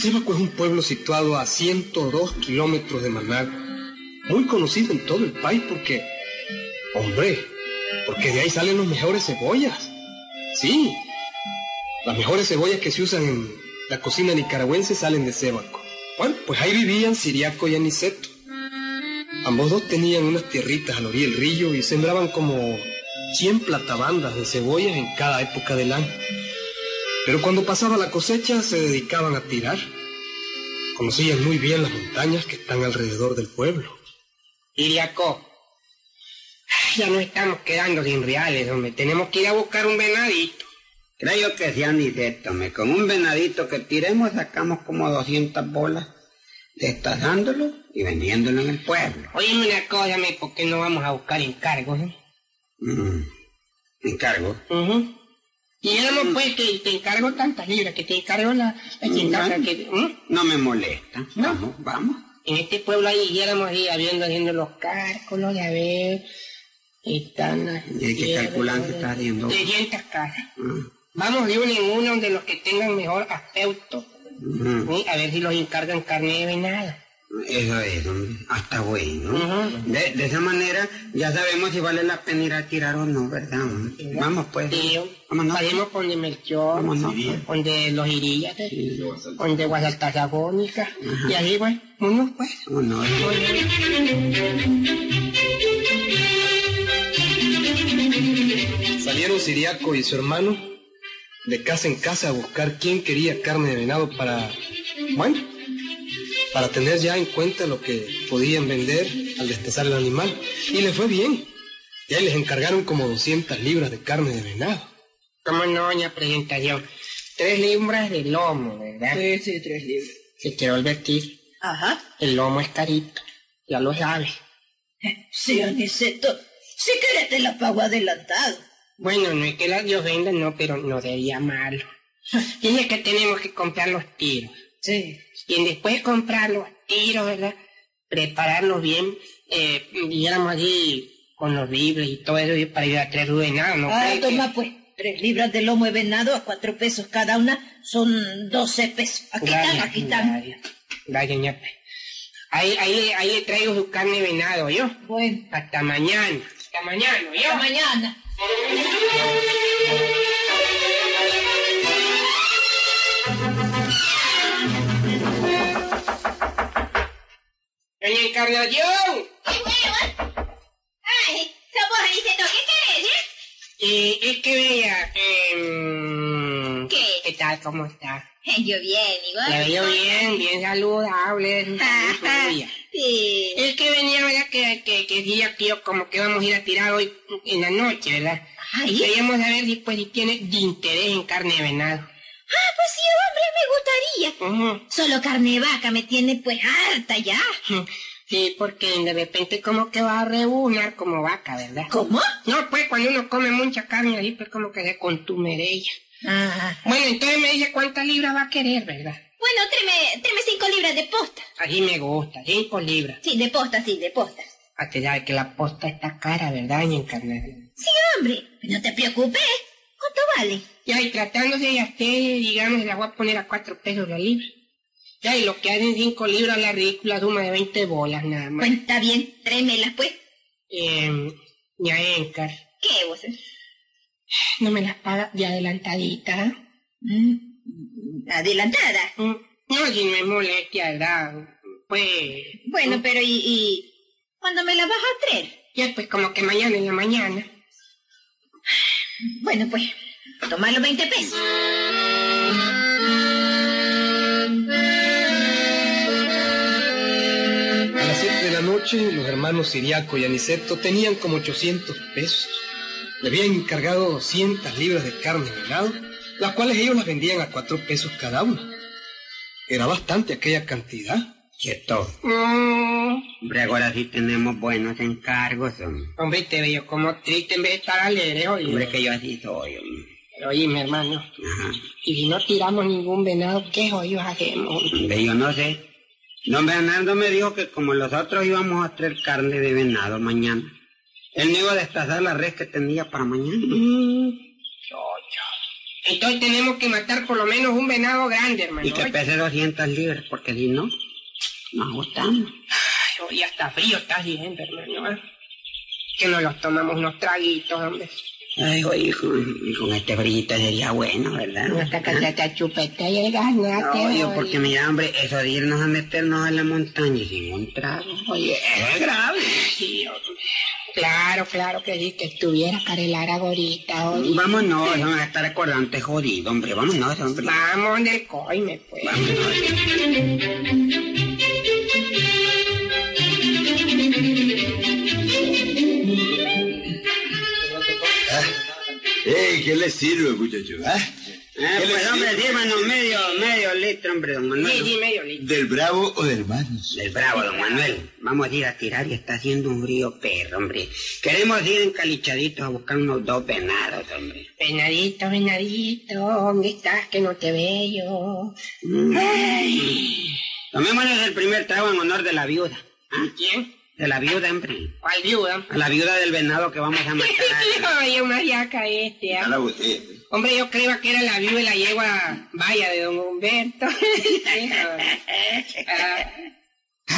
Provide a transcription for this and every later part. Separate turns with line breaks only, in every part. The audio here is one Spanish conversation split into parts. Chivaco es un pueblo situado a 102 kilómetros de Manar, muy conocido en todo el país porque, hombre, porque de ahí salen las mejores cebollas. Sí, las mejores cebollas que se usan en la cocina nicaragüense salen de Cebaco. Bueno, pues ahí vivían Siriaco y Aniceto. Ambos dos tenían unas tierritas al orilla del río y sembraban como 100 platabandas de cebollas en cada época del año. Pero cuando pasaba la cosecha se dedicaban a tirar. Conocían muy bien las montañas que están alrededor del pueblo.
Iriaco, ya no estamos quedando sin reales, hombre. Tenemos que ir a buscar un venadito.
Creo que sea ni de esto, me. Con un venadito que tiremos sacamos como 200 bolas, destazándolo y vendiéndolo en el pueblo.
Oye, una cosa, me, ¿por qué no vamos a buscar encargos, eh?
Mm, ¿Encargo?
Ujú. Y yo no pues que te encargo tantas libras, que te encargo la, la chingaza
Bueno.
que... ¿Mm?
No me molesta.
No.
Vamos, vamos.
En este pueblo ahí hiciéramos ahí, habiendo, haciendo los cálculos, de a ver... Están las
Y hay que
tierras,
calcular que está haciendo.
300 casas.
Mm,
Vamos de una en una donde los que tengan mejor aspecto.
mm.
¿sí? A ver si los encargan carne de venado.
Eso es, hombre. Hasta bueno.
Ujú.
de, de esa manera ya sabemos si vale la pena ir a tirar o no, ¿verdad? hombre? Vamos, pues.
Tío,
Vámonos.
salimos con de Melchor,
Vámonos.
con de los Irías,
Sí, lo
con de Guasaltazagónica, y así, pues, uno, pues.
Vámonos.
Salieron Siriaco y su hermano de casa en casa a buscar quién quería carne de venado para, bueno, para tener ya en cuenta lo que podían vender al destazar el animal. Y les fue bien. Y ahí les encargaron como 200 libras de carne de venado.
¿Cómo no, doña presentación? Tres libras de lomo, ¿verdad?
Sí, sí, tres libras.
Se quiero advertir,
Ajá.
el lomo es carito, ya lo sabes.
Sí, Aniceto, si quieres te la pago adelantado.
Bueno, no es que las Dios venda, no, pero no debía amarlo. Dice que tenemos que comprar los tiros.
Sí.
Y después de comprar los tiros, ¿verdad? Prepararlos bien, eh, digamos allí con los libros y todo eso y para ir a tres nada, ¿no?
Ah,
cree que-
toma pues, tres libras de lomo de venado a cuatro pesos cada una son doce pesos. Aquí están,
Gracias,
aquí están.
gracias. Gracias, ñapa. Ahí, ahí, ahí le traigo su carne de venado, ¿yo?
Bueno,
Hasta mañana. Hasta mañana,
hasta
¿yo?
mañana.
¡En encarnación!
Ay, somos Aniceto, ¿qué querés, eh?
Eh, es que vea, eh,
¿Qué?
¿Qué tal? ¿Cómo está?
Eh, Yo bien, igual.
La veo bien, bien saludable. muy
Ajá.
fluida.
Sí.
Es que venía, ¿verdad? Que, que, que sí, ya, tío, como que vamos a ir a tirar hoy en la noche, ¿verdad? Y
Ay,
queríamos saber si, pues, si tiene de interés en carne de venado.
ah, pues sí, hombre, me gustaría.
Ujú.
Solo carne de vaca me tiene pues harta ya.
Sí, porque de repente como que va a rebunar como vaca, ¿verdad?
¿Cómo?
No, pues cuando uno come mucha carne ahí, pues como que se contume de ella.
Ah,
Bueno, entonces me dice cuántas libras va a querer, ¿verdad?
Bueno, tráeme, tráeme cinco libras de posta.
Así me gusta, cinco libras.
Sí, de posta, sí, de posta.
A que ya que la posta está cara, ¿verdad, en carne?
Sí, hombre, no te preocupes. ¿Cuánto vale?
Ya, y tratándose de hacer, digamos, la voy a poner a cuatro pesos la libra. Ya, y lo que hacen cinco libras la ridícula suma de 20 bolas nada más.
Bueno, está bien, tráemelas pues.
Eh, ya, Encar,
¿Qué vos?
no me las paga de adelantadita. ¿ah?
Mm, Adelantada.
Mm, No, si no es molestia, ¿verdad? Pues,
Bueno,
Oh.
pero ¿y, y cuándo me las vas a traer?
ya, pues como que mañana en la mañana.
Bueno, pues, toma los 20 pesos.
A las 7 de la noche, los hermanos Siriaco y Aniceto tenían como 800 pesos. Le habían encargado 200 libras de carne de venado, las cuales ellos las vendían a 4 pesos cada una. Era bastante aquella cantidad.
Cheto.
Mm,
Hombre, ahora sí tenemos buenos encargos, hombre.
hombre, te veo como triste en vez de estar alegre, oye.
Hombre, que yo así soy, hombre.
Pero oye, mi hermano,
Ajá.
y si no tiramos ningún venado, ¿qué hoyos hacemos?
Hombre, yo no sé. Don Bernardo me dijo que como los otros íbamos a traer carne de venado mañana, él me iba a destazar la res que tenía para mañana.
Mm, yo, yo. Entonces tenemos que matar por lo menos un venado grande, hermano.
Y que
Ay,
pese 200 libras, porque si no, nos agotamos.
Ay, hoy hasta frío está haciendo, hermano. ¿eh? Que nos los tomamos unos traguitos, hombre.
Ay, oye, con, y con este brillito sería bueno, ¿verdad? Ah,
te chupete y el gas,
No, yo porque mira, hombre, eso de irnos a meternos a la montaña sin un trago, oye, es grave.
Claro, claro que sí, que estuviera Carelara ahorita, hoy.
Vámonos, no van a estar acordante jodido, hombre, vámonos, hombre.
Vamos del coime, pues.
Vámonos.
Ey, ¿qué le sirve, muchacho? ah?
Eh,
¿Qué le
pues, hombre,
sirve?
sírvanos medio, medio litro, hombre, don Manuel.
Sí, sí, medio litro.
¿Del bravo o del manso?
El bravo, don Manuel. Vamos a ir a tirar y está haciendo un frío perro, hombre. Queremos ir encalichaditos a buscar unos dos venados, hombre.
Venadito, venadito, ¿dónde estás que no te veo?
Mm. Tomémonos el primer trago en honor de la viuda. ¿ah?
¿Quién?
De la viuda, hombre.
¿Cuál viuda?
A la viuda del venado que vamos a matar.
Ay, un mariaca este,
A
ah.
la botella. pues.
Hombre, yo creía que era la viuda y la yegua vaya de don Humberto. Ah,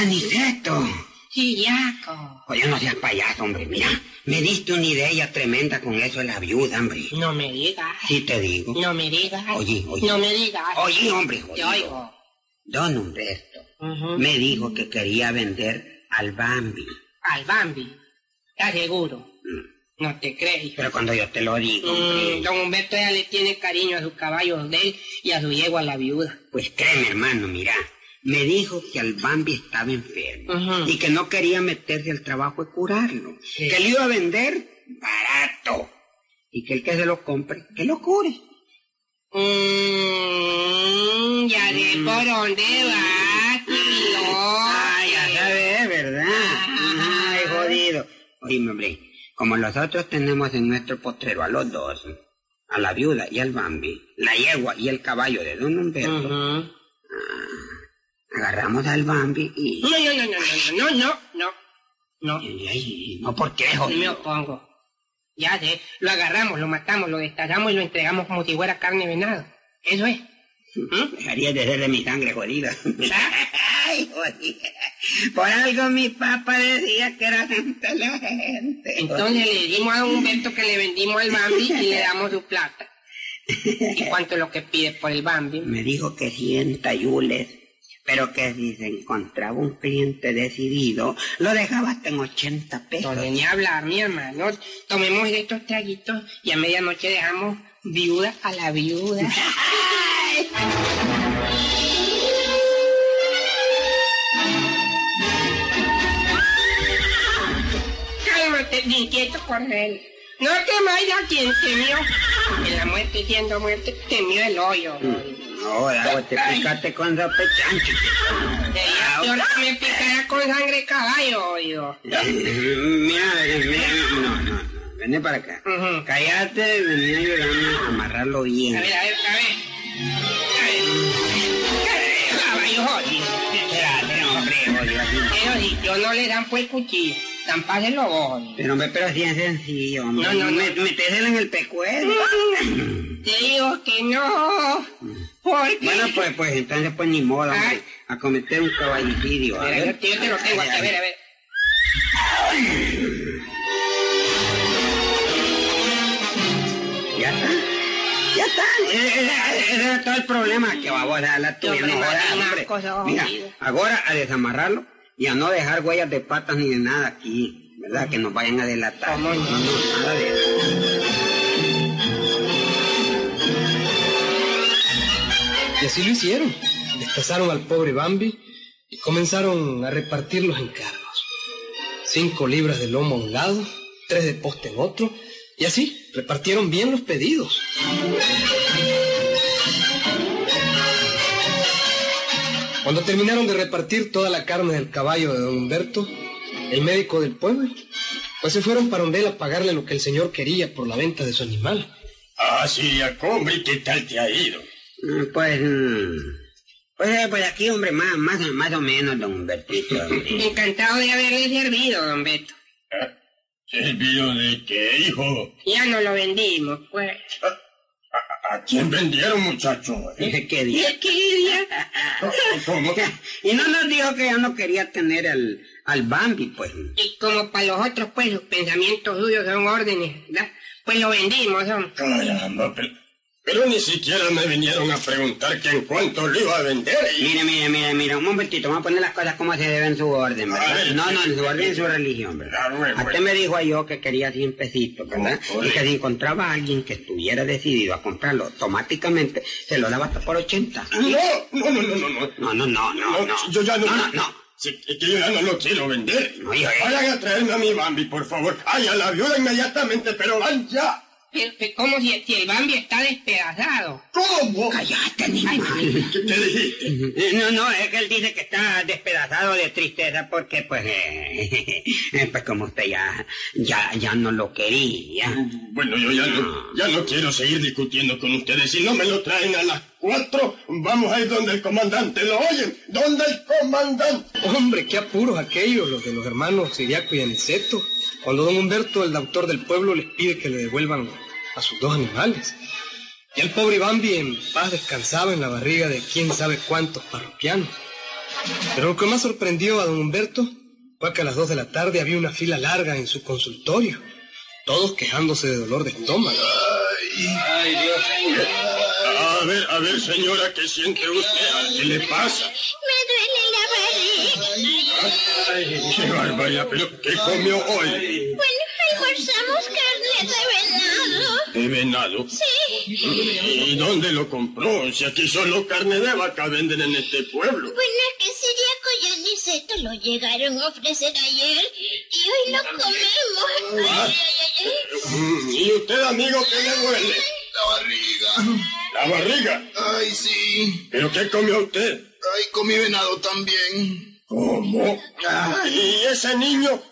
¡Aniceto!
Chillaco.
Oye, no seas payaso, hombre. Mira, me diste una idea tremenda con eso de la viuda, hombre.
No me digas,
Sí te digo.
no me digas,
Oye, oye.
no me digas.
Oye, hombre,
Te
jodido.
oigo.
Don Humberto
Ujú.
me dijo que quería vender al Bambi. Mm.
Al Bambi, ¿estás seguro? No te crees. hijo.
Pero cuando yo te lo digo, hombre,
Mm, don Humberto ya le tiene cariño a sus caballos de él y a su yegua la viuda.
pues créeme, hermano, mira. Me dijo que al Bambi estaba enfermo
Ujú.
y que no quería meterse al trabajo de curarlo.
Sí.
Que le iba a vender barato. Y que el que se lo compre, que lo cure.
Mm, ya sé por dónde vas,
Ay, ya
tío.
sabes, ¿verdad?
Ajá.
Ay, jodido. Oye, hombre, como nosotros tenemos en nuestro potrero a los dos, a la viuda y al Bambi, la yegua y el caballo de Don Humberto,
Ujú.
agarramos al Bambi y...
No, no, no, no, no, no, no, no, no,
Ay, ay, no, ¿por qué,
no me
jodido?
opongo. Ya sé, lo agarramos, lo matamos, lo destazamos y lo entregamos como si fuera carne de venado. Eso es.
Dejaría de ser de mi sangre, jodida. Ay, jodida. Por algo mi papá decía que era santa la gente.
Entonces le dimos a Humberto que le vendimos al Bambi y le damos su plata. ¿Y cuánto es lo que pide por el Bambi?
Me dijo que 100 yules, pero que si se encontraba un cliente decidido, lo dejaba hasta en 80 pesos.
Entonces ni hablar, mi hermano. Tomemos estos traguitos y a medianoche dejamos viuda a la viuda. Cálmate, inquieto Cornel. No temáis a quien temió. En la muerte siendo muerte, temió el hoyo.
Mm. Ahora, vos te picaste con dos pechanches.
Sería peor que me picara con sangre de caballo, oído.
Mira, mira, no, no, no, vení para acá.
Ujú.
Cállate, vení a ayudarme a amarrarlo
A
bien.
ver, a ver, a ver. A ver. Caballo jodido.
Espérate, hombre, jodido, aquí.
Pero si yo no le dan pues el cuchillo, tampásenlo vos, jodido.
Pero, hombre, pero si es sencillo, hombre.
No, Mm. no, no.
Me- Metéselo en el pescuezo.
Te digo que no. Porque...
Bueno, pues, pues entonces, pues ni modo,
Ay.
hombre, a cometer un caballicidio. A
Mira,
ver,
Ah. yo, te- yo te lo tengo aquí, a ver, a ver.
Ya está. Ya está. Ese ese- ese es todo el problema que vamos a dar la tuya.
hombre,
no jodas,
imagina,
hombre.
cosa
Mira,
jodida.
ahora a desamarrarlo y a no dejar huellas de patas ni de nada aquí, ¿verdad? Que nos vayan a delatar.
¿Cómo no?
no, nada de eso.
Y así lo hicieron. Destazaron al pobre Bambi y comenzaron a repartir los encargos. Cinco libras de lomo a un lado, tres de poste en otro, y así repartieron bien los pedidos. Cuando terminaron de repartir toda la carne del caballo de don Humberto, el médico del pueblo, pues se fueron para Ondel a pagarle lo que el señor quería por la venta de su animal.
Ah, sí, hombre, ¿qué tal te ha ido?
Mm, Pues, mm, pues, eh, pues aquí, hombre, más, más, más o menos, don Humbertito. hombre.
Encantado de haberle servido, don Beto.
¿Servido de qué, hijo?
Ya no lo vendimos, pues.
Ah, ¿A quién vendieron, muchacho? eh?
¿Qué día?
¿Qué día?
¿Cómo?
Y no nos dijo que ya no quería tener al, al Bambi, pues.
Y como para los otros, pues, los pensamientos suyos son órdenes, ¿verdad? Pues lo vendimos, hombre.
Caramba, pero, pero ni siquiera me vinieron a preguntar que en cuánto lo iba a vender. y-
Mire, mire, mire, mire, un momentito, vamos a poner las cosas como se deben su orden,
A
¿verdad?
ver.
No, no, en su orden y su religión,
Ah,
¿verdad?
bueno,
A usted me
bueno.
dijo a yo que quería 100 pesitos, ¿verdad?
Oh,
Y
joder.
que si encontraba a alguien que estuviera decidido a comprarlo automáticamente, se lo daba hasta por 80.
Ah, No, no, no, no, no, no.
No, no, no, no, no.
Yo ya no.
No, no, no.
Sí, es que yo ya no lo quiero vender.
No, yo-
Vayan a traerme a mi Bambi, por favor. Ay, a la viuda inmediatamente, pero van ya.
Pero, pero ¿cómo si, si el Bambi está despedazado?
¿Cómo?
Cállate, animal.
¿Qué te dijiste?
Eh, No, no, es que él dice que está despedazado de tristeza porque, pues, eh, eh, pues como usted ya, ya, ya no lo quería.
Bueno, yo ya no, ya no quiero seguir discutiendo con ustedes. Si no me lo traen a las cuatro, vamos a ir donde el comandante. ¿Lo oyen? ¿Dónde el comandante?
Hombre, qué apuros aquellos, los de los hermanos Siriaco y Aniceto, cuando don Humberto, el doctor del pueblo, les pide que le devuelvan a sus dos animales. Y el pobre Bambi en paz descansaba en la barriga de quién sabe cuántos parroquianos. Pero lo que más sorprendió a don Humberto fue que a las dos de la tarde había una fila larga en su consultorio, todos quejándose de dolor de estómago.
A ver, a ver, señora, ¿qué siente usted? ¿Qué le pasa?
Me duele la barriga.
Qué barbaridad, pero ¿qué comió hoy?
Bueno, almorzamos carne de venado.
De venado.
Sí.
¿Y dónde lo compró? Si aquí solo carne de vaca venden en este pueblo.
Bueno, es que Siriaco y Aniceto lo llegaron a ofrecer ayer y hoy lo comemos.
Ah.
Ay, ay, ay, ay.
Mm, ¿Y usted, amigo, qué le duele?
La barriga.
La barriga.
Ay, sí.
¿Pero qué comió usted?
Ay, comí venado también.
¿Cómo? Ay, ¿Y ese niño?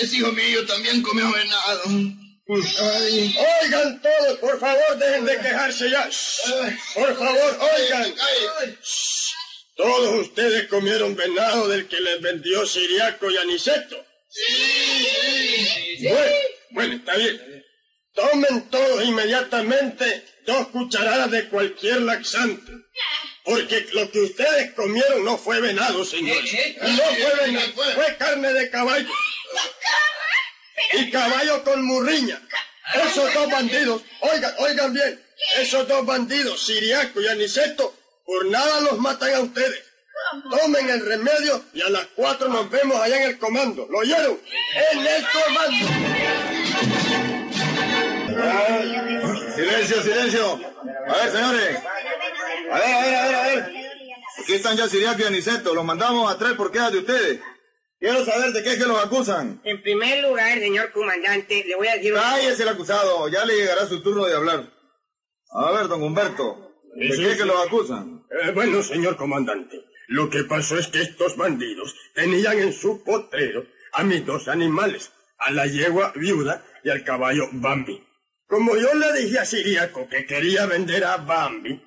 Ese hijo mío también comió venado. Ay.
Oigan todos, por favor, dejen de quejarse ya. Por favor, oigan.
Ay.
Todos ustedes comieron venado del que les vendió Siriaco y Aniceto. Bueno, bueno, está bien. Tomen todos inmediatamente dos cucharadas de cualquier laxante. Porque lo que ustedes comieron no fue venado, señores. No fue venado, fue carne de caballo. Y caballo con murriña. Esos dos bandidos, oigan, oigan bien, esos dos bandidos, Siriaco y Aniceto, por nada los matan a ustedes. Tomen el remedio y a las cuatro nos vemos allá en el comando. ¿Lo oyeron? En el comando.
Silencio, silencio. A ver, señores. A ver, a ver, a ver, a ver. Aquí están ya Siriaco y Aniceto. Los mandamos a traer por quejas de ustedes. Quiero saber de qué es que los acusan.
En primer lugar, señor comandante, le voy a decir... una-
Cállese el acusado. Ya le llegará su turno de hablar. A ver, don Humberto. ¿De
Sí,
qué
sí,
es que
sí.
los acusan?
Eh, bueno, señor comandante, lo que pasó es que estos bandidos tenían en su potrero a mis dos animales, a la yegua viuda y al caballo Bambi. Como yo le dije a Siriaco que quería vender a Bambi,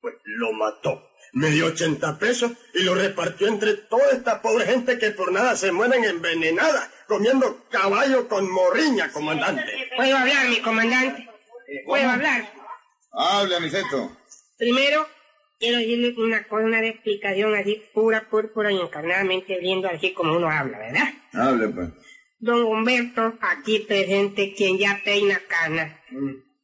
pues lo mató. Me dio 80 pesos y lo repartió entre toda esta pobre gente que por nada se mueren envenenada, comiendo caballo con morriña, comandante.
¿Puedo hablar, mi comandante?
Eh,
¿Puedo hablar?
Hable, Aniceto.
Primero, quiero decirle una cosa, una explicación así pura, púrpura y encarnadamente viendo así como uno habla, ¿verdad?
Hable, pues.
Don Humberto, aquí presente, quien ya peina canas.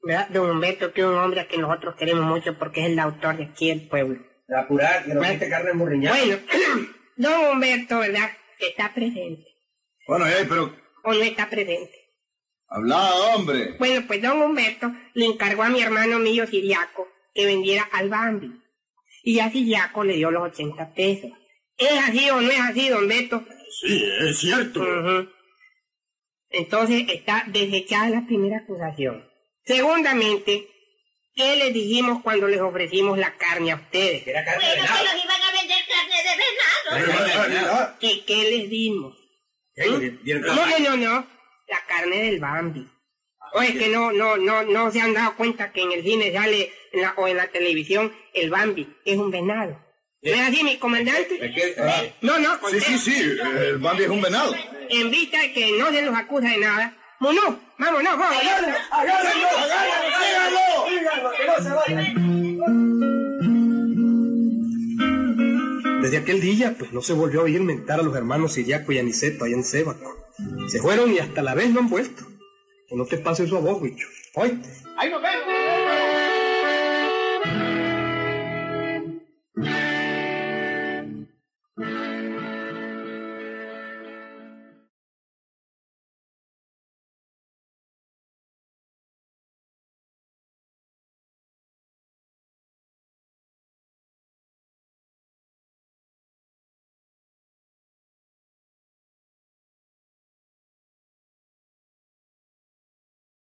¿Verdad? Don Humberto, que es un hombre a que nosotros queremos mucho porque es el autor de aquí del pueblo.
Apurar, que
mete
carne murriña.
Bueno, don Humberto, ¿verdad? Que está presente.
Bueno, eh, pero...
O no está presente.
Habla, hombre.
Bueno, pues don Humberto le encargó a mi hermano mío Siriaco que vendiera al Bambi. Y a Siriaco le dio los 80 pesos. ¿Es así o no es así, don Beto?
Sí, es cierto.
Eh,
Ujú. Entonces está desechada la primera acusación. Segundamente, ¿qué les dijimos cuando les ofrecimos la carne a ustedes?
Bueno, que los iban a vender carne de venado.
eh,
¡Qué barbaridad!
¿Y qué les dimos? ¿Mm? No, no, no, no. La carne del Bambi. O es que no, no, no, no se han dado cuenta que en el cine sale en la- o en la televisión el Bambi es un venado. ¿No es así, mi comandante?
eh,
No, no,
Sí, sí, sí. El Bambi es un venado.
en vista de que no se los acusa de nada, Monú, vámonos, vos.
¡Agárrenlo! ¡Agárrenlo! ¡Síganlo! ¡Que no se vayan!
Desde aquel día, pues no se volvió a oír mentar a los hermanos Siriaco y Aniceto allá en Sébaco. Se fueron y hasta la vez no han vuelto. Que no te pase eso a vos, bicho. Oíste.
¡Ahí nos vemos!